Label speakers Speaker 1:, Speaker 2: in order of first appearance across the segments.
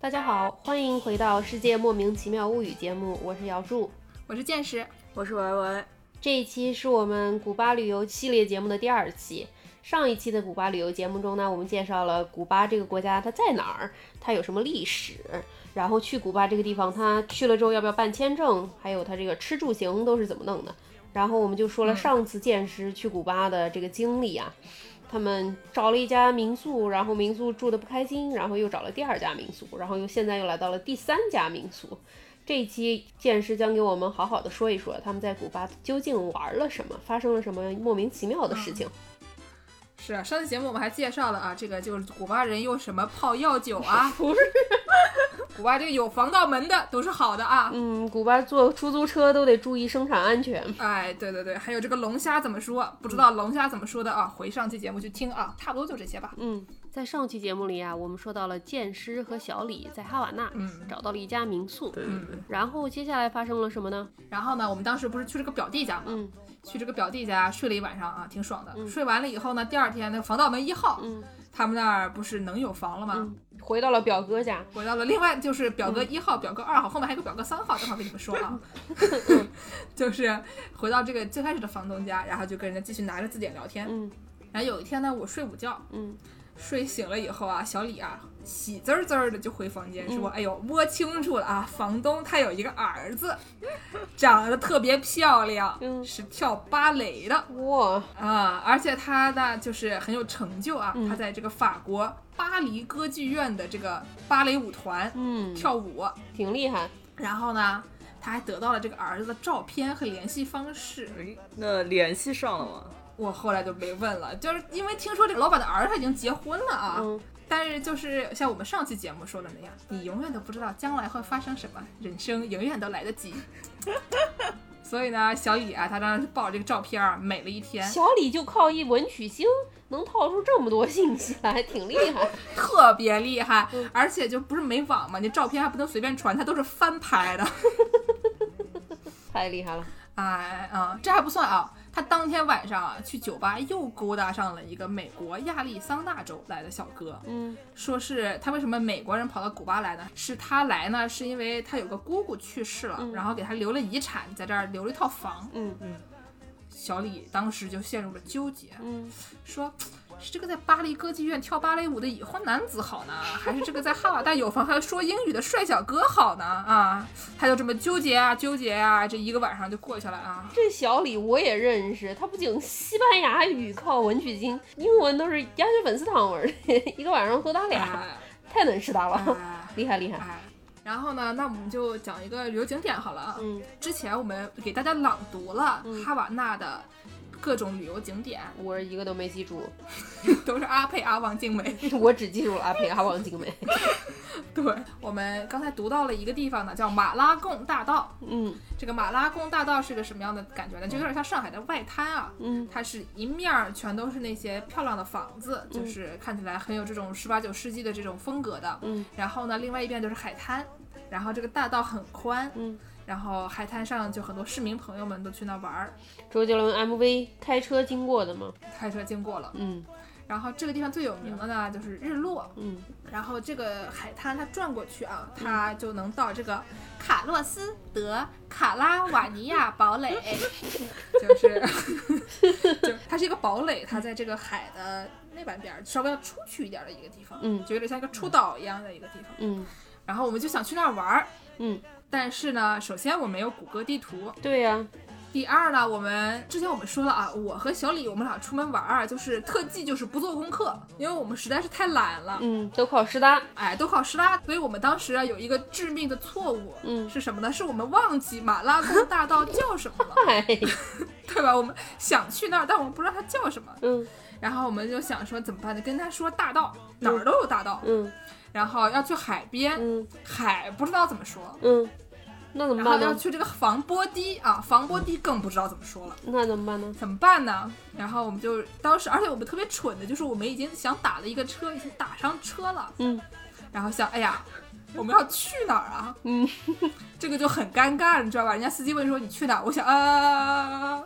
Speaker 1: 大家好，欢迎回到《世界莫名其妙物语》节目，我是姚柱。
Speaker 2: 我是见识，我是文文。
Speaker 1: 这一期是我们古巴旅游系列节目的第二期。上一期的古巴旅游节目中呢，我们介绍了古巴这个国家它在哪儿，它有什么历史，然后去古巴这个地方，它去了之后要不要办签证，还有它这个吃住行都是怎么弄的。然后我们就说了上次见识去古巴的这个经历啊，他们找了一家民宿，然后民宿住的不开心，然后又找了第二家民宿，然后又现在又来到了第三家民宿。这一期剑师将给我们好好的说一说他们在古巴究竟玩了什么，发生了什么莫名其妙的事情。，
Speaker 2: 是啊，上次节目我们还介绍了啊，这个就是古巴人用什么泡药酒啊
Speaker 1: 不是，
Speaker 2: 古巴这个有防盗门的都是好的啊。
Speaker 1: 嗯，古巴坐出租车都得注意生产安全。
Speaker 2: 哎，对对对，还有这个龙虾怎么说？
Speaker 1: 嗯
Speaker 2: 不知道龙虾怎么说的啊？回上期节目去听啊，差不多就这些吧。
Speaker 1: 嗯，在上期节目里啊，我们说到了剑师和小李在哈瓦那、
Speaker 2: 嗯
Speaker 1: 找到了一家民宿，嗯
Speaker 3: 对对对，
Speaker 1: 然后接下来发生了什么呢？
Speaker 2: 然后呢，我们当时不是去这个表弟家嘛，
Speaker 1: 嗯
Speaker 2: 去这个表弟家睡了一晚上啊，挺爽的。睡完了以后呢，第二天那个防盗门一号，
Speaker 1: 嗯
Speaker 2: 他们那儿不是能有房了吗？
Speaker 1: 嗯，回到了表哥家，
Speaker 2: 回到了另外就是表
Speaker 1: 嗯
Speaker 2: 哥一号、表哥二号，后面还有个表哥三号，等会儿跟你们说啊。
Speaker 1: 嗯
Speaker 2: 就是回到这个最开始的房东家，然后就跟人家继续拿着字典聊天。
Speaker 1: 嗯
Speaker 2: 然后有一天呢，我睡午觉，
Speaker 1: 嗯，
Speaker 2: 睡醒了以后啊，小李啊喜滋儿滋儿的就回房
Speaker 1: 嗯
Speaker 2: 间说：“哎呦，摸清楚了啊，房东他有一个儿子，长得特别漂亮，
Speaker 1: 嗯
Speaker 2: 是跳芭蕾的。”
Speaker 1: 哇，
Speaker 2: 啊，而且他呢，就是很有成就啊，
Speaker 1: 嗯
Speaker 2: 他在这个法国巴黎歌剧院的这个芭蕾舞团，
Speaker 1: 嗯，
Speaker 2: 跳舞，
Speaker 1: 挺厉害，
Speaker 2: 然后呢，他还得到了这个儿子的照片和联系方式。
Speaker 3: 哎，那联系上了吗？
Speaker 2: 我后来就没问了，就是因为听说这个老板的儿子他已经结婚了啊。
Speaker 1: 嗯
Speaker 2: 但是就是像我们上期节目说的那样，你永远都不知道将来会发生什么，人生永远都来得及。所以呢，小李啊，他当时抱着这个照片儿美了一天，
Speaker 1: 小李就靠一文曲星能套出这么多信息来，挺厉害。
Speaker 2: 特别厉害，而且就不是没网嘛，你照片还不能随便传，它都是翻拍的。
Speaker 1: 太厉害了！
Speaker 2: 哎啊、这还不算啊，他当天晚上啊去酒吧又勾搭上了一个美国亚利桑那州来的小哥，
Speaker 1: 嗯
Speaker 2: 说是他为什么美国人跑到古巴来呢？是他来呢，是因为他有个姑姑去世了，然后给他留了遗产，在这儿留了一套房。
Speaker 1: 嗯
Speaker 2: 小李当时就陷入了纠结，
Speaker 1: 嗯，
Speaker 2: 说。是这个在巴黎歌剧院跳芭蕾舞的已婚男子好呢，还是这个在哈瓦那有房还说英语的帅小哥好呢？啊，他就这么纠结啊纠结啊，这一个晚上就过去了啊。
Speaker 1: 这小李我也认识，他不仅西班牙语靠文曲星，英文都是鸭血粉丝汤味儿的，一个晚上喝他俩，
Speaker 2: 哎
Speaker 1: 太能吃他了，
Speaker 2: 哎
Speaker 1: 厉害厉害。
Speaker 2: 哎，然后呢，那我们就讲一个旅游景点好了啊。
Speaker 1: 嗯，
Speaker 2: 之前我们给大家朗读了
Speaker 1: 嗯
Speaker 2: 哈瓦那的各种旅游景点，
Speaker 1: 我一个都没记住，
Speaker 2: 都是阿佩、阿旺、静美。
Speaker 1: 我只记住了阿佩阿旺精美。嗯
Speaker 2: 对，我们刚才读到了一个地方呢，叫马拉贡大道。
Speaker 1: 嗯
Speaker 2: 这个马拉贡大道是个什么样的感觉呢？就有点像上海的外滩啊。
Speaker 1: 嗯
Speaker 2: 它是一面儿全都是那些漂亮的房子，
Speaker 1: 嗯
Speaker 2: 就是看起来很有这种十八九世纪的这种风格的。
Speaker 1: 嗯
Speaker 2: 然后呢，另外一边就是海滩，然后这个大道很宽，
Speaker 1: 嗯，
Speaker 2: 然后海滩上就很多市民朋友们都去那玩儿，
Speaker 1: 周杰伦 MV 开车经过的嘛。
Speaker 2: 开车经过了。
Speaker 1: 嗯
Speaker 2: 然后这个地方最有名的呢就是日落，
Speaker 1: 嗯
Speaker 2: 然后这个海滩它转过去啊，它就能到这个卡洛斯德卡拉瓦尼亚 堡垒，就是， 就它是一个堡垒，它在这个海的那半边儿稍微要出去一点儿的一个地方，
Speaker 1: 嗯
Speaker 2: 就有点像一个出岛一样的一个地方。
Speaker 1: 嗯
Speaker 2: 然后我们就想去那儿玩儿，
Speaker 1: 嗯，
Speaker 2: 但是呢，首先我没有谷歌地图，
Speaker 1: 对呀、
Speaker 2: 第二呢，我们之前我们说了啊，我和小李我们俩出门玩啊，就是特技就是不做功课，因为我们实在是太懒了，
Speaker 1: 嗯，都靠师大。
Speaker 2: 哎，都考师大，所以我们当时啊有一个致命的错误，
Speaker 1: 嗯
Speaker 2: 是什么呢？是我们忘记马拉贡大道叫什 么了，
Speaker 1: 嗨，
Speaker 2: 对吧？我们想去那儿，但我们不知道它叫什么，
Speaker 1: 嗯
Speaker 2: 然后我们就想说怎么办呢？跟他说大道哪儿都有大道，
Speaker 1: 嗯
Speaker 2: 然后要去海边，
Speaker 1: 嗯
Speaker 2: 海不知道怎么说。
Speaker 1: 嗯，那怎么
Speaker 2: 然后
Speaker 1: 办
Speaker 2: 要
Speaker 1: 呢？
Speaker 2: 去这个防波堤啊，防波堤更不知道怎么说了。
Speaker 1: 那怎么办呢？
Speaker 2: 怎么办呢？然后我们就当时，而且我们特别蠢的，就是我们已经想打了一个车，已经打上车了，
Speaker 1: 嗯
Speaker 2: 然后想，哎呀，我们要去哪儿啊？
Speaker 1: 嗯，
Speaker 2: 这个就很尴尬，你知道吧？人家司机问说你去哪儿，我想啊，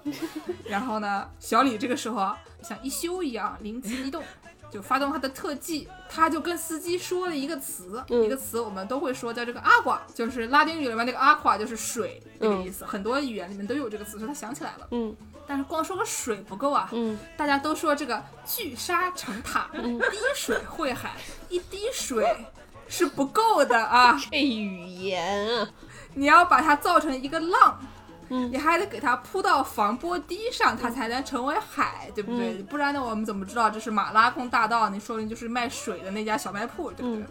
Speaker 2: 然后呢，小李这个时候啊像一休一样灵机一动，就发动他的特技，他就跟司机说了一个词，
Speaker 1: 嗯
Speaker 2: 一个词我们都会说叫这个 aqua，就是拉丁语里面那个 aqua 就是水这个
Speaker 1: 嗯
Speaker 2: 意思，很多语言里面都有这个词，所以他想起来了。
Speaker 1: 嗯
Speaker 2: 但是光说个水不够啊，
Speaker 1: 嗯
Speaker 2: 大家都说这个聚沙成塔，滴水汇海，一滴水是不够 的啊，
Speaker 1: 这语言啊，
Speaker 2: 你要把它造成一个浪。
Speaker 1: 嗯
Speaker 2: 你还得给它铺到防波堤上，它才能成为海，对不
Speaker 1: 嗯
Speaker 2: 对？不然呢，我们怎么知道这是马拉贡大道？你说不定就是卖水的那家小卖铺，对不对？
Speaker 1: 嗯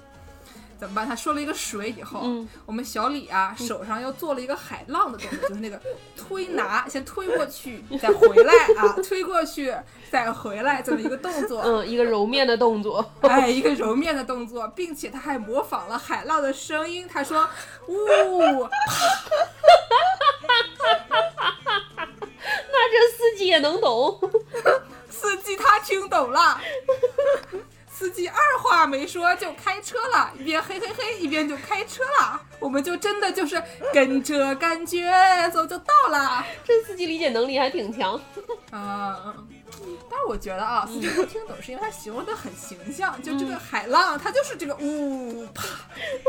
Speaker 2: 怎么办？他说了一个水以后，
Speaker 1: 嗯
Speaker 2: 我们小李啊手上又做了一个海浪的动作，就是那个推拿，先推过 去，再回来啊，推过去再回来这么一个动作。
Speaker 1: 嗯，一个揉面的动作，
Speaker 2: 哎，一个揉面的动作，并且他还模仿了海浪的声音。他说：“呜、
Speaker 1: 那 这司机也能懂，
Speaker 2: 司机他听懂了。 司机二话没说就开车了，一边嘿嘿嘿，一边就开车了。我们就真的就是跟着感觉走就到了。
Speaker 1: 这司机理解能力还挺强。
Speaker 2: 嗯，但是我觉得啊，司机能听懂是因为他形容的很形象，就这个海浪，它就是这个呜啪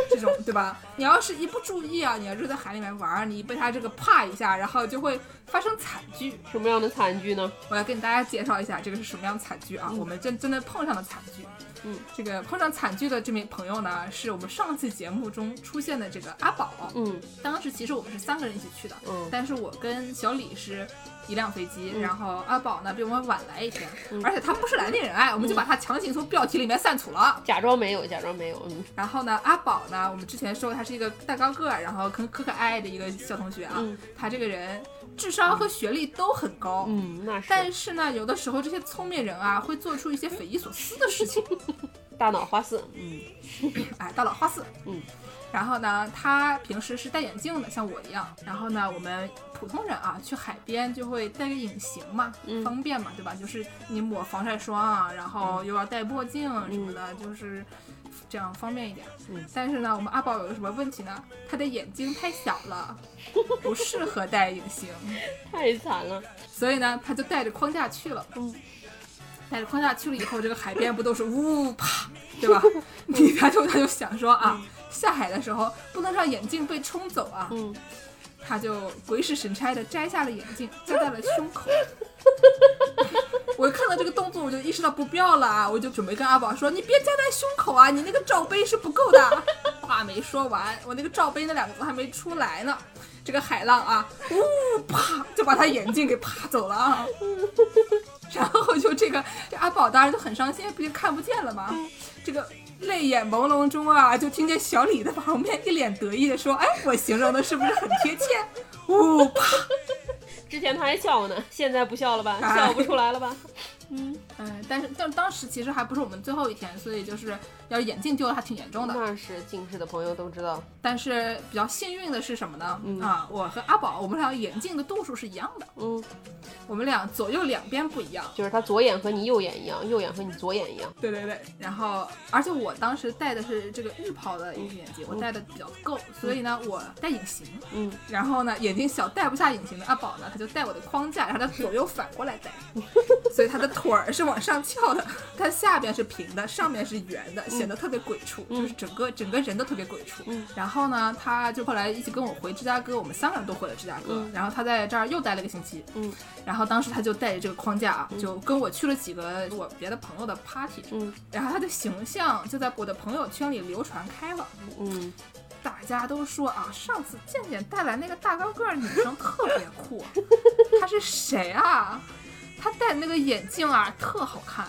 Speaker 2: 这种，对吧？ 你要是一不注意啊，你要是在海里面玩儿，你被它这个啪一下，然后就会发生惨剧。
Speaker 1: 什么样的惨剧呢？
Speaker 2: 我来跟大家介绍一下这个是什么样的惨剧啊，我们真真的碰上了惨剧。
Speaker 1: 嗯，
Speaker 2: 这个碰上惨剧的这名朋友呢，是我们上期节目中出现的这个阿宝。啊
Speaker 1: 嗯
Speaker 2: 当时其实我们是三个人一起去的，
Speaker 1: 嗯
Speaker 2: 但是我跟小李是一辆飞机，
Speaker 1: 嗯
Speaker 2: 然后阿宝呢比我们晚来一天，
Speaker 1: 嗯
Speaker 2: 而且他不是来恋人啊爱，我们就把他强行从标题里面删除了。
Speaker 1: 假装没有，假装没有。嗯
Speaker 2: 然后呢，阿宝呢，我们之前说过他是一个大高个儿，然后可可可爱爱的一个小同学啊，
Speaker 1: 嗯
Speaker 2: 他这个人智商和学历都很高，
Speaker 1: 嗯，那是
Speaker 2: 但是呢，有的时候这些聪明人啊，会做出一些匪夷所思的事情。
Speaker 1: 大脑花四。嗯
Speaker 2: 哎，大佬花四，
Speaker 1: 嗯。
Speaker 2: 然后呢，他平时是戴眼镜的，像我一样。然后呢，我们普通人啊，去海边就会戴个隐形嘛，
Speaker 1: 嗯
Speaker 2: 方便嘛，对吧？就是你抹防晒霜啊，然后
Speaker 1: 嗯
Speaker 2: 又要戴墨镜什么的，就是这样方便一点。
Speaker 1: 嗯
Speaker 2: 但是呢，我们阿宝有什么问题呢？他的眼睛太小了，不适合戴隐形。
Speaker 1: 太惨了。
Speaker 2: 所以呢，他就带着框架去了。
Speaker 1: 嗯，
Speaker 2: 带着框架去了以后，这个海边不都是呜 啪，对吧？你他就他就想说啊，下海的时候不能让眼镜被冲走啊，
Speaker 1: 嗯，
Speaker 2: 他就鬼使神差的摘下了眼 镜，摘在了胸口。我看到这个动作，我就意识到不妙了啊！我就准备跟阿宝说：“你别摘在胸口啊，你那个罩杯是不够的。”话没说完，我那个罩杯那两个字还没出来呢，这个海浪啊，呜啪就把他眼镜给啪走了啊！ 然后就这个这阿宝当然就很伤心，毕竟看不见了嘛。这个泪眼朦胧中啊，就听见小李在旁边一脸得意的说：“哎，我形容的是不是很贴切？”呜、啪
Speaker 1: 之前他还笑呢，现在不笑了吧？
Speaker 2: 哎
Speaker 1: 笑不出来了 吧？
Speaker 2: 嗯，但是但当时其实还不是我们最后一天，所以就是要眼镜丢了还挺严重的。
Speaker 1: 那是近视的朋友都知道。
Speaker 2: 但是比较幸运的是什么呢？
Speaker 1: 嗯
Speaker 2: 啊，我和阿宝我们俩眼镜的度数是一样的，
Speaker 1: 嗯，
Speaker 2: 我们俩左右两边不一样。
Speaker 1: 就是他左眼和你右眼一样，右眼和你左眼一样。
Speaker 2: 对对对，然后而且我当时戴的是这个日抛的隐形眼镜，我戴的比较够，所以呢我戴隐形，
Speaker 1: 嗯，
Speaker 2: 然后呢眼睛小戴不下隐形的阿宝呢，他就戴我的框架，然后他左右反过 来戴，所以他的腿儿是往上翘的，他下边是平的，上面是圆的，显得特别鬼畜，就是整个整个人都特别鬼畜。
Speaker 1: 嗯
Speaker 2: 然后呢，他就后来一起跟我回芝加哥，我们三个人都回了芝加哥，
Speaker 1: 嗯
Speaker 2: 然后他在这儿又待了个星期，
Speaker 1: 嗯，
Speaker 2: 然后当时他就带着这个框架啊，就跟我去了几个我别的朋友的 party，
Speaker 1: 嗯
Speaker 2: 然后他的形象就在我的朋友圈里流传开了。
Speaker 1: 嗯，
Speaker 2: 大家都说啊，上次健健带来那个大高个儿女生特别 酷，她是谁啊？她戴那个眼镜啊，特好看，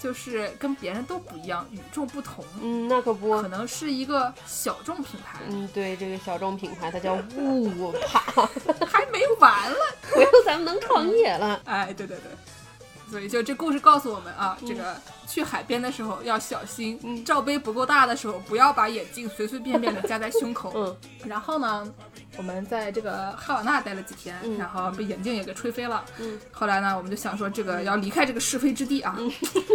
Speaker 2: 就是跟别人都不一样，与众不同，
Speaker 1: 嗯，那可不
Speaker 2: 可。能是一个小众品牌。
Speaker 1: 嗯，对，这个小众品牌它叫雾 帕，
Speaker 2: 还没完了，
Speaker 1: 回头咱们能创业了。
Speaker 2: 哎，对对对。所以就这故事告诉我们啊，这个去海边的时候要小心，
Speaker 1: 嗯
Speaker 2: 罩杯不够大的时候不要把眼镜随随便便的夹在胸 口，
Speaker 1: 嗯
Speaker 2: 然后呢，我们在这个哈瓦那待了几天，
Speaker 1: 嗯
Speaker 2: 然后被眼镜也给吹飞了。
Speaker 1: 嗯
Speaker 2: 后来呢，我们就想说这个要离开这个是非之地啊，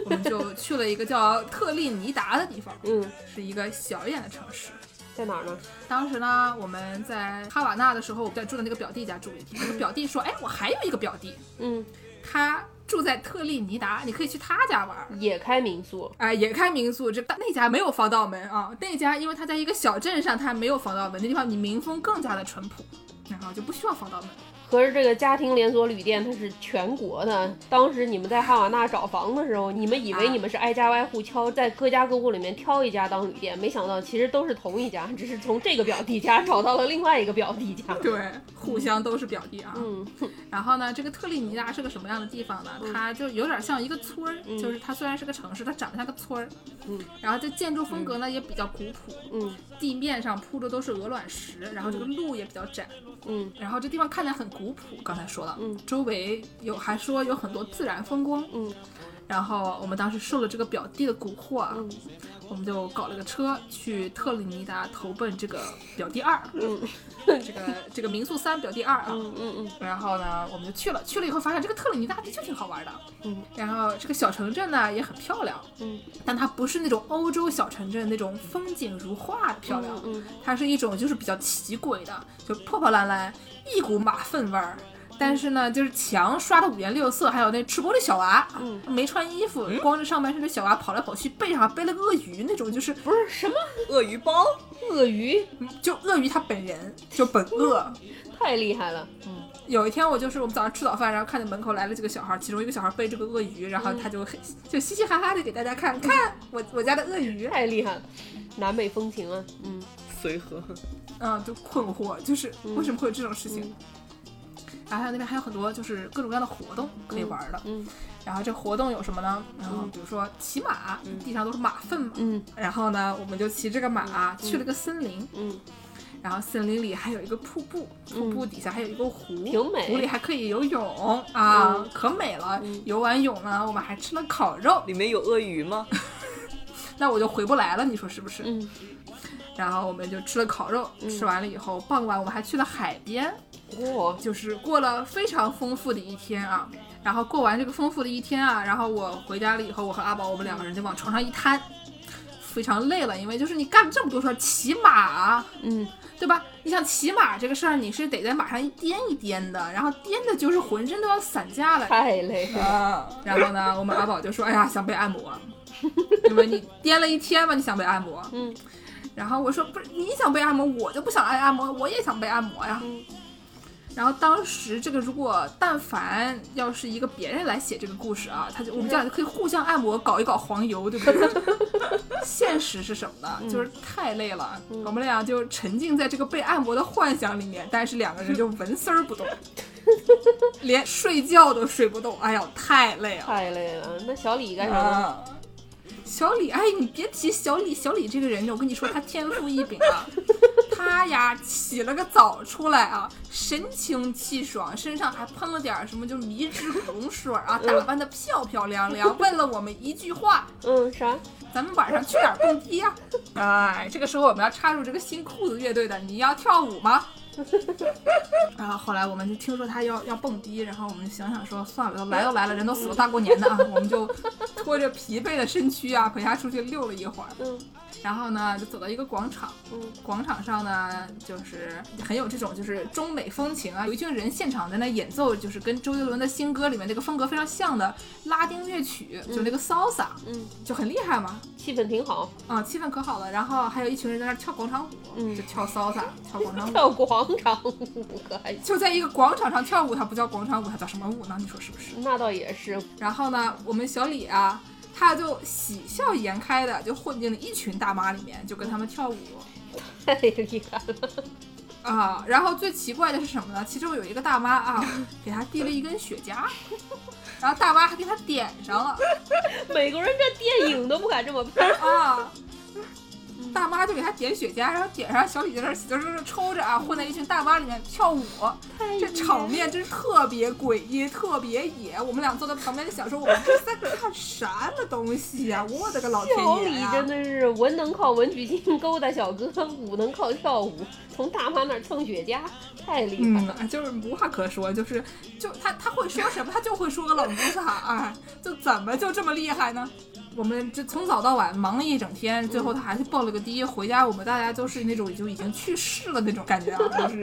Speaker 2: 我们就去了一个叫特立尼达的地方，
Speaker 1: 嗯，
Speaker 2: 是一个小一点的城市。
Speaker 1: 在哪儿呢？
Speaker 2: 当时呢，我们在哈瓦那的时候，我们在住的那个表弟家住一天。我表弟说：“哎，我还有一个表弟，
Speaker 1: 嗯
Speaker 2: 他住在特立尼达，你可以去他家玩儿。
Speaker 1: 也开民宿，
Speaker 2: 哎，也开民宿，这但那家没有防盗门啊，那家因为它在一个小镇上，它没有防盗门，这地方你民风更加的淳朴，然后就不需要防盗门。
Speaker 1: 合着这个家庭连锁旅店它是全国的。当时你们在哈瓦那找房的时候，你们以为
Speaker 2: 啊
Speaker 1: 你们是挨家挨户敲，在各家各户里面挑一家当旅店，没想到其实都是同一家，只是从这个表弟家找到了另外一个表弟家。
Speaker 2: 对， 互相都是表弟啊。
Speaker 1: 嗯，
Speaker 2: 然后呢，这个特立尼达是个什么样的地方呢？它就有点像一个村儿，
Speaker 1: 嗯
Speaker 2: 就是它虽然是个城市，它长得像个村儿。
Speaker 1: 嗯。
Speaker 2: 然后这建筑风格呢也比较古朴，
Speaker 1: 嗯
Speaker 2: 地面上铺的都是鹅卵石，然后这个路也比较窄，
Speaker 1: 嗯
Speaker 2: 然后这地方看起来很古朴。刚才说了，
Speaker 1: 嗯
Speaker 2: 周围有还说有很多自然风光。
Speaker 1: 嗯
Speaker 2: 然后我们当时受了这个表弟的蛊惑啊，
Speaker 1: 嗯
Speaker 2: 我们就搞了个车去特立尼达投奔这个表弟二，
Speaker 1: 嗯
Speaker 2: 这个这个民宿三表弟二啊。
Speaker 1: 嗯嗯
Speaker 2: 然后呢，我们就去了，去了以后发现这个特立尼达的确挺好玩的，
Speaker 1: 嗯，
Speaker 2: 然后这个小城镇呢也很漂亮，
Speaker 1: 嗯，
Speaker 2: 但它不是那种欧洲小城镇那种风景如画的漂亮，
Speaker 1: 嗯
Speaker 2: 它是一种就是比较奇诡的，就破破烂烂，一股马粪味儿。但是呢，就是墙刷的五颜六色，还有那赤膊的小娃，
Speaker 1: 嗯，
Speaker 2: 没穿衣服，光着上半身的小娃跑来跑去，背上还背了个鳄鱼那种，就是嗯
Speaker 1: 不是什么
Speaker 3: 鳄鱼包，
Speaker 1: 鳄鱼，
Speaker 2: 就鳄鱼它本人就本鳄，
Speaker 1: 太厉害了。
Speaker 2: 有一天我就是我们早上吃早饭，然后看见门口来了几个小孩儿，其中一个小孩背着个鳄鱼，然后他就很就嘻嘻哈哈的给大家看看我我家的鳄鱼，
Speaker 1: 太厉害了，南北风情啊，嗯
Speaker 3: 随和，
Speaker 2: 嗯，就困惑，就是为什么会有这种事情？
Speaker 1: 嗯
Speaker 2: 然后还有那边还有很多就是各种各样的活动可以玩儿的，
Speaker 1: 嗯
Speaker 2: 然后这活动有什么呢？然后比如说骑马，地上都是马粪嘛，
Speaker 1: 嗯
Speaker 2: 然后呢我们就骑这个马去了个森林，
Speaker 1: 嗯，
Speaker 2: 然后森林里还有一个瀑布，瀑布底下还有一个湖，
Speaker 1: 挺美
Speaker 2: 湖里还可以游泳啊，
Speaker 1: 嗯
Speaker 2: 可美了。
Speaker 1: 嗯
Speaker 2: 游完泳呢，我们还吃了烤肉，
Speaker 3: 里面有鳄鱼吗？
Speaker 2: 那我就回不来了，你说是不是？
Speaker 1: 嗯，
Speaker 2: 然后我们就吃了烤肉，吃完了以后，傍晚我们还去了海边，
Speaker 1: 哇，
Speaker 2: 就是过了非常丰富的一天啊。然后过完这个丰富的一天啊，然后我回家了以后，我和阿宝我们两个人就往床上一瘫，非常累了，因为就是你干了这么多事儿，骑马。
Speaker 1: 嗯
Speaker 2: 对吧？你想骑马这个事儿，你是得在马上一颠一颠的，然后颠的就是浑身都要散架了。
Speaker 1: 太累了，
Speaker 2: 啊！然后呢，我们阿宝就说：“哎呀，想被按摩，因为你颠了一天嘛，你想被按摩。”
Speaker 1: 嗯。
Speaker 2: 然后我说：“不是，你想被按摩，我就不想按按摩，我也想被按摩呀。
Speaker 1: 嗯
Speaker 2: 然后当时这个如果但凡要是一个别人来写这个故事啊，他就我们这样就可以互相按摩，搞一搞黄油，对不对？现实是什么呢？就是太累了，我们俩就沉浸在这个被按摩的幻想里面，但是两个人就纹丝儿不动，连睡觉都睡不动。哎呀，太累了。
Speaker 1: 太累了。那小李干啥呢？
Speaker 2: 啊，小李，哎，你别提小李，小李这个人，我跟你说，他天赋异禀啊。他呀，起了个早出来啊，神清气爽，身上还喷了点儿什么，就迷之古龙水儿啊，打扮的漂漂亮亮。问了我们一句话，
Speaker 1: 嗯，啥？
Speaker 2: 咱们晚上去哪儿蹦迪呀、哎，这个时候我们要插入这个新裤子乐队的，你要跳舞吗？然后后来我们就听说他要要蹦迪，然后我们就想想说，算了，都来都来了，人都死了，大过年的啊，我们就拖着疲惫的身躯啊，陪他出去溜了一会儿。
Speaker 1: 嗯
Speaker 2: 然后呢，就走到一个广场，
Speaker 1: 嗯
Speaker 2: 广场上呢，就是很有这种就是中美风情啊，有一群人现场在那演奏，就是跟周杰伦的新歌里面那个风格非常像的拉丁乐曲，就那个 salsa，
Speaker 1: 嗯，
Speaker 2: 就很厉害嘛。
Speaker 1: 气氛挺好。
Speaker 2: 啊、气氛可好了，然后还有一群人在那儿跳广场舞，
Speaker 1: 嗯
Speaker 2: 就跳 salsa，跳广场舞，
Speaker 1: 跳广场舞可还行，
Speaker 2: 就在一个广场上跳舞，它不叫广场舞，它叫什么舞呢？你说是不是？
Speaker 1: 那倒也是。
Speaker 2: 然后呢，我们小李啊，他就喜笑颜开的就混进了一群大妈里面，就跟他们跳舞
Speaker 1: 太厉害了，
Speaker 2: 啊、然后最奇怪的是什么呢？其中有一个大妈啊，给他递了一根雪茄，然后大妈还给他点上了。
Speaker 1: 美国人这电影都不敢这么拍。
Speaker 2: 啊，大妈就给他点雪茄，然后点上小李在那儿就是抽着啊，混在一群大妈里面跳舞，这场面真是特别诡异，特别野。我们俩坐在旁边就想说，我们这是在看啥的东西呀、我的个老天
Speaker 1: 小
Speaker 2: 爷
Speaker 1: 李
Speaker 2: 呀、
Speaker 1: 真的是文能靠文曲星勾搭小哥，武能靠跳舞，从大妈那儿蹭雪茄，太厉害了。
Speaker 2: 嗯，就是无话可说，就是就他他会说什么，他就会说个冷不丁哎，就怎么就这么厉害呢？我们这从早到晚忙了一整天，最后他还是蹦了个迪。回家我们大家都是那种就已经去世了那种感觉啊，就是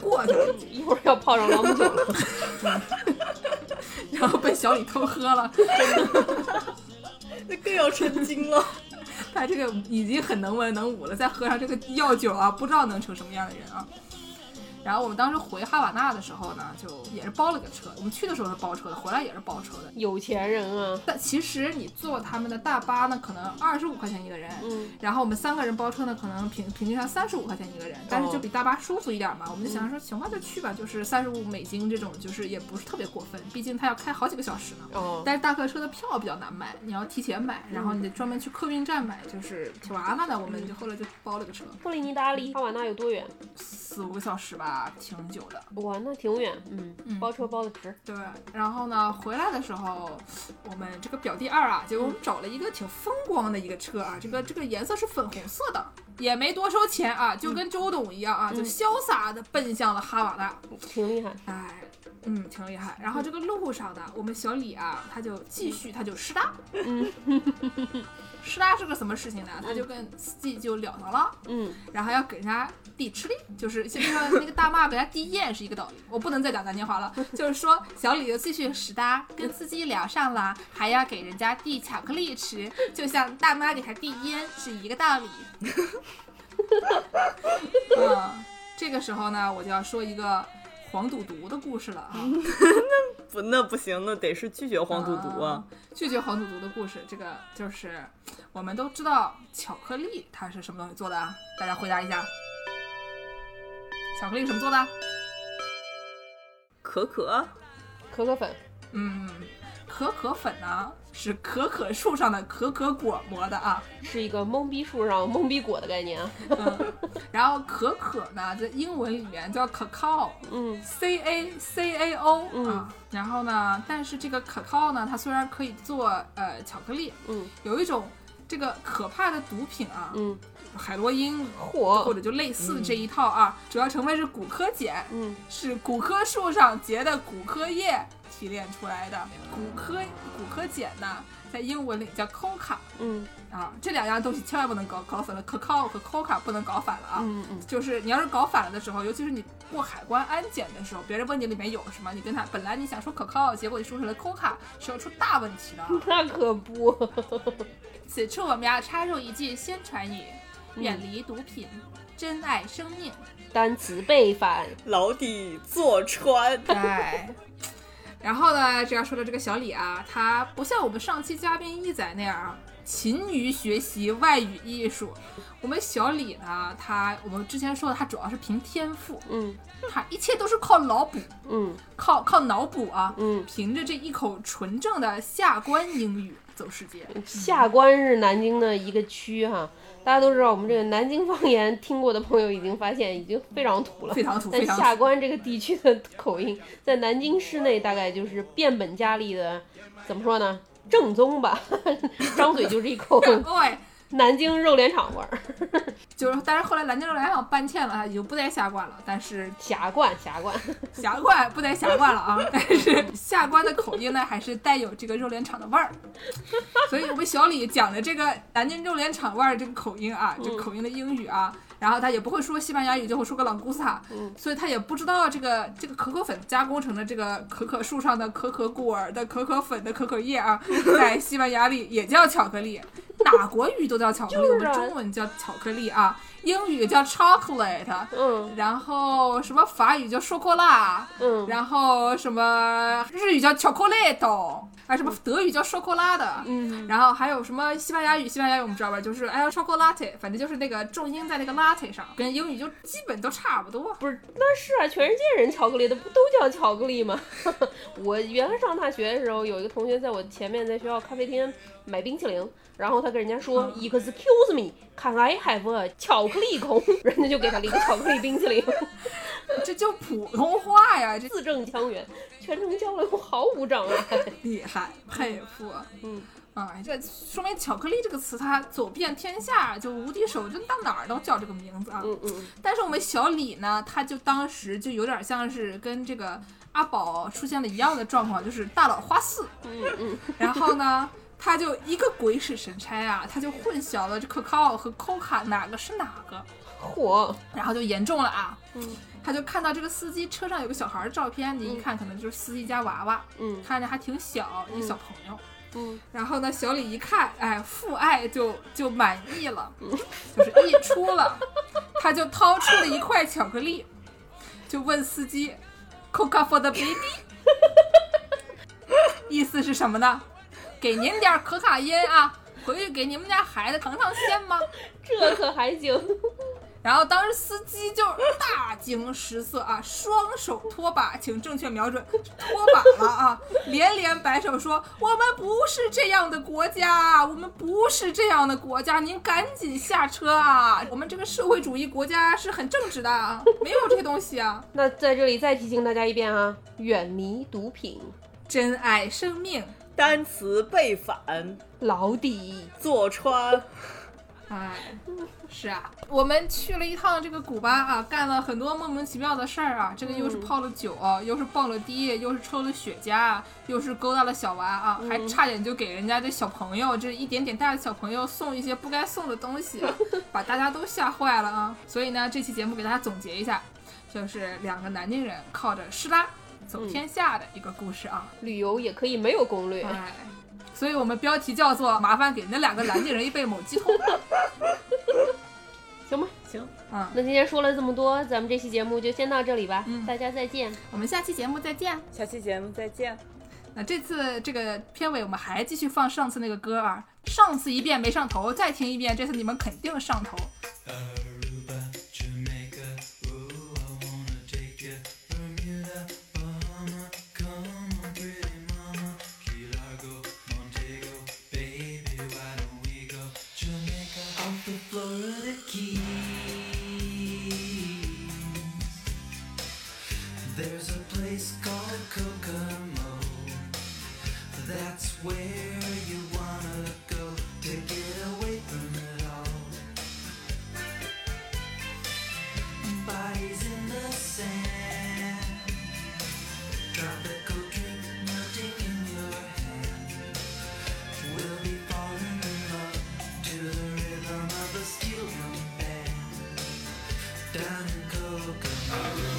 Speaker 2: 过去了。
Speaker 1: 一会儿要泡上朗姆酒了，
Speaker 2: 然后被小李偷喝了。
Speaker 3: 那更要成精了。
Speaker 2: 他这个已经很能文能武了，再喝上这个药酒啊，不知道能成什么样的人啊。然后我们当时回哈瓦那的时候呢，就也是包了个车。我们去的时候是包车的，回来也是包车的。
Speaker 1: 有钱人啊，
Speaker 2: 但其实你坐他们的大巴呢，可能二十五块钱一个人，
Speaker 1: 嗯，
Speaker 2: 然后我们三个人包车呢，可能平平均上三十五块钱一个人，但
Speaker 3: 哦
Speaker 2: 是就比大巴舒服一点嘛。我们就
Speaker 3: 嗯
Speaker 2: 想说，行吧，就去吧，就是三十五美金这种，就是也不是特别过分，毕竟他要开好几个小时呢。
Speaker 1: 哦，
Speaker 2: 但是大客车的票比较难买，你要提前买，然后你得专门去客运站买，就是挺麻烦的。我们就后来就包了个车，
Speaker 1: 布里尼达离哈瓦那有多远？
Speaker 2: 四五个小时吧，挺久的。
Speaker 1: 哇，那挺远，嗯，
Speaker 2: 嗯
Speaker 1: 包车包的值，
Speaker 2: 对，然后呢，回来的时候，我们这个表弟二啊，结果我们找了一个挺风光的一个车啊，这个这个颜色是粉红色的，也没多收钱啊，就跟周董一样啊，就潇洒的奔向了哈瓦那。
Speaker 1: 挺厉害，
Speaker 2: 哎，嗯，挺厉害。然后这个路上呢，我们小李啊，他就继续，他就师大，
Speaker 1: 嗯，
Speaker 2: 师大是个什么事情呢？他就跟司机就了上了，
Speaker 1: 嗯，
Speaker 2: 然后要给人家递吃力，就是就像那个大骂给人家递烟是一个道理。我不能再讲南京话了，就是说小李就继续师大，跟司机聊上了，还要给人家递巧克力吃，就像大妈给他递烟是一个道理。 嗯，这个时候呢，我就要说一个黄赌毒的故事了啊。
Speaker 3: 不，那不行，那得是拒绝黄赌毒啊。
Speaker 2: 拒绝黄赌毒的故事，这个就是我们都知道巧克力它是什么东西做的啊？大家回答一下，巧克力什么做的？啊
Speaker 3: 可可，
Speaker 1: 可可粉，
Speaker 2: 嗯，可可粉呢是可可树上的可可果磨的啊。
Speaker 1: 是一个懵逼树上懵逼果的概念啊，
Speaker 2: 嗯， 然后可可呢，在英文里面叫 cacao。
Speaker 1: 嗯
Speaker 2: C A C A O、
Speaker 1: 嗯
Speaker 2: 啊，然后呢，但是这个可 a 呢，它虽然可以做呃巧克力，
Speaker 1: 嗯
Speaker 2: 有一种这个可怕的毒品啊，
Speaker 1: 嗯，
Speaker 2: 海洛因或
Speaker 1: 嚯，
Speaker 2: 者就类似这一套啊，主要成分是骨科碱，
Speaker 1: 嗯，
Speaker 2: 是骨科树上结的骨科叶提炼出来的。骨科骨科碱呢，在英文里叫 coca
Speaker 1: 嗯
Speaker 2: 啊，这两样东西千万不能搞搞反了，cacao 和 coca 不能搞反了啊。
Speaker 1: 嗯嗯，
Speaker 2: 就是你要是搞反了的时候，尤其是你过海关安检的时候，别人问你里面有什么，你跟他本来你想说 cacao，结果你说成了 coca，是要出大问题的啊。
Speaker 1: 那可不，
Speaker 2: 此处我们要插入一句宣传语：
Speaker 1: 嗯
Speaker 2: 远离毒品，珍爱生命。
Speaker 1: 单词背反，
Speaker 3: 牢底坐穿。
Speaker 2: 哎，然后呢，这要说到这个小李啊，他不像我们上期嘉宾一仔那样啊，勤于学习外语艺术。我们小李呢，他我们之前说的，他主要是凭天赋，
Speaker 1: 嗯
Speaker 2: 他一切都是靠脑补，
Speaker 1: 嗯
Speaker 2: 靠靠脑补啊，
Speaker 1: 嗯，
Speaker 2: 凭着这一口纯正的下关英语走世界。
Speaker 1: 下关是南京的一个区哈。大家都知道，我们这个南京方言，听过的朋友已经发现已经非常土了
Speaker 2: 非。常土，
Speaker 1: 但
Speaker 2: 非常土。
Speaker 1: 下关这个地区的口音，在南京市内大概就是变本加厉的，怎么说呢？正宗吧， 张嘴就是一口
Speaker 2: 哎，
Speaker 1: 南京肉联厂味儿。
Speaker 2: 就是，但是后来南京肉联想搬迁了，他已经不在下关了，但是
Speaker 1: 霞冠，霞冠，
Speaker 2: 霞冠 不在霞冠了啊，但是下关的口音呢，还是带有这个肉联厂的味儿。所以我们小李讲的这个南京肉联厂味儿这个口音啊，这口音的英语啊，然后他也不会说西班牙语，就会说个朗古斯塔，所以他也不知道这个这个可可粉加工成的这个可可树上的可可果儿的可可粉的可可叶啊， 在西班牙里也叫巧克力，哪国语都叫巧克力，我
Speaker 1: 是
Speaker 2: 们
Speaker 1: 啊
Speaker 2: 中文叫巧克力啊，英语叫 chocolate。
Speaker 1: 嗯
Speaker 2: 然后什么法语叫 c h o c o l a
Speaker 1: 嗯
Speaker 2: 然后什么日语叫 chocolate，啊什么德语叫 c h o c o l a 的，
Speaker 1: 嗯
Speaker 2: 然后还有什么西班牙语，西班牙语我们知道吧，就是哎呀 chocolate，反正就是那个重音在那个 latte 上，跟英语就基本都差不多。
Speaker 1: 不是，那是啊，全世界人巧克力的不都叫巧克力吗？ 我原来上大学的时候，有一个同学在我前面在学校咖啡厅买冰淇淋，然后他跟人家说、
Speaker 2: 嗯
Speaker 1: e x c u s e me, can I have a 巧克力孔？” 人家就给他了一个巧克力冰淇淋，
Speaker 2: 这就普通话呀，这
Speaker 1: 字正腔圆，全程交流毫无障碍。
Speaker 2: 厉害，佩服。
Speaker 1: 嗯，
Speaker 2: 哎，这说明“巧克力”这个词，它走遍天下，就无敌手，就到哪儿都叫这个名字啊。
Speaker 1: 嗯嗯
Speaker 2: 但是我们小李呢，他就当时就有点像是跟这个阿宝出现了一样的状况，就是大佬花四。
Speaker 1: 嗯嗯，
Speaker 2: 然后呢，他就一个鬼使神差啊，他就混淆了这可靠和 coca 哪个是哪个。
Speaker 1: 嚯，
Speaker 2: 然后就严重了啊。
Speaker 1: 嗯
Speaker 2: 他就看到这个司机车上有个小孩儿照片，你一看可能就是司机家娃娃，
Speaker 1: 嗯
Speaker 2: 看着还挺小，一小朋友。
Speaker 1: 嗯，
Speaker 2: 然后呢，小李一看，哎，父爱就就满意了，
Speaker 1: 嗯
Speaker 2: 就是溢出了，他就掏出了一块巧克力，就问司机，Coca for the baby，意思是什么呢？给您点儿可卡因啊，回去给你们家孩子尝尝鲜吗？
Speaker 1: 这可还行，
Speaker 2: 然后当时司机就大惊失色啊，双手拖把，请正确瞄准，拖把了啊，连连摆手说：“我们不是这样的国家，我们不是这样的国家，您赶紧下车啊！我们这个社会主义国家是很正直的，啊，没有这些东西啊。”
Speaker 1: 那在这里再提醒大家一遍啊，远离毒品，
Speaker 2: 珍爱生命，
Speaker 3: 单词背反，
Speaker 1: 牢底。
Speaker 3: 坐穿，
Speaker 2: 哎，是啊，我们去了一趟这个古巴啊，干了很多莫名其妙的事儿啊。这个又是泡了酒，又是蹦了迪，又是抽了雪茄，又是勾搭了小娃啊，还差点就给人家这小朋友，这一点点大的小朋友送一些不该送的东西，啊把大家都吓坏了啊。所以呢，这期节目给大家总结一下，就是两个南京人靠着施拉走天下的一个故事啊。
Speaker 1: 旅游也可以没有攻略，
Speaker 2: 哎，所以我们标题叫做“麻烦给那两个南京人一杯某鸡桶
Speaker 1: 行吧？
Speaker 3: 行，”
Speaker 2: 啊。
Speaker 1: 那今天说了这么多，咱们这期节目就先到这里吧，
Speaker 2: 嗯
Speaker 1: 大家再见。
Speaker 2: 我们下期节目再见。
Speaker 3: 下期节目再见。
Speaker 2: 那这次这个片尾我们还继续放上次那个歌啊，上次一遍没上头，再听一遍，这次你们肯定上头。
Speaker 4: Aruba, Jamaica, ooh, I wanna take ya. Bermuda, Bahama, come on, pretty mama. Key Largo, Montego, baby, why don't we go? Jamaica, off the Florida Keys. There's a place called Kokomo. That's where you wanna go to get away from it all. Bodies in the sand. Tropical drink melting in your hand. We'll be falling in love to the rhythm of a steel drum band. Down in Kokomo.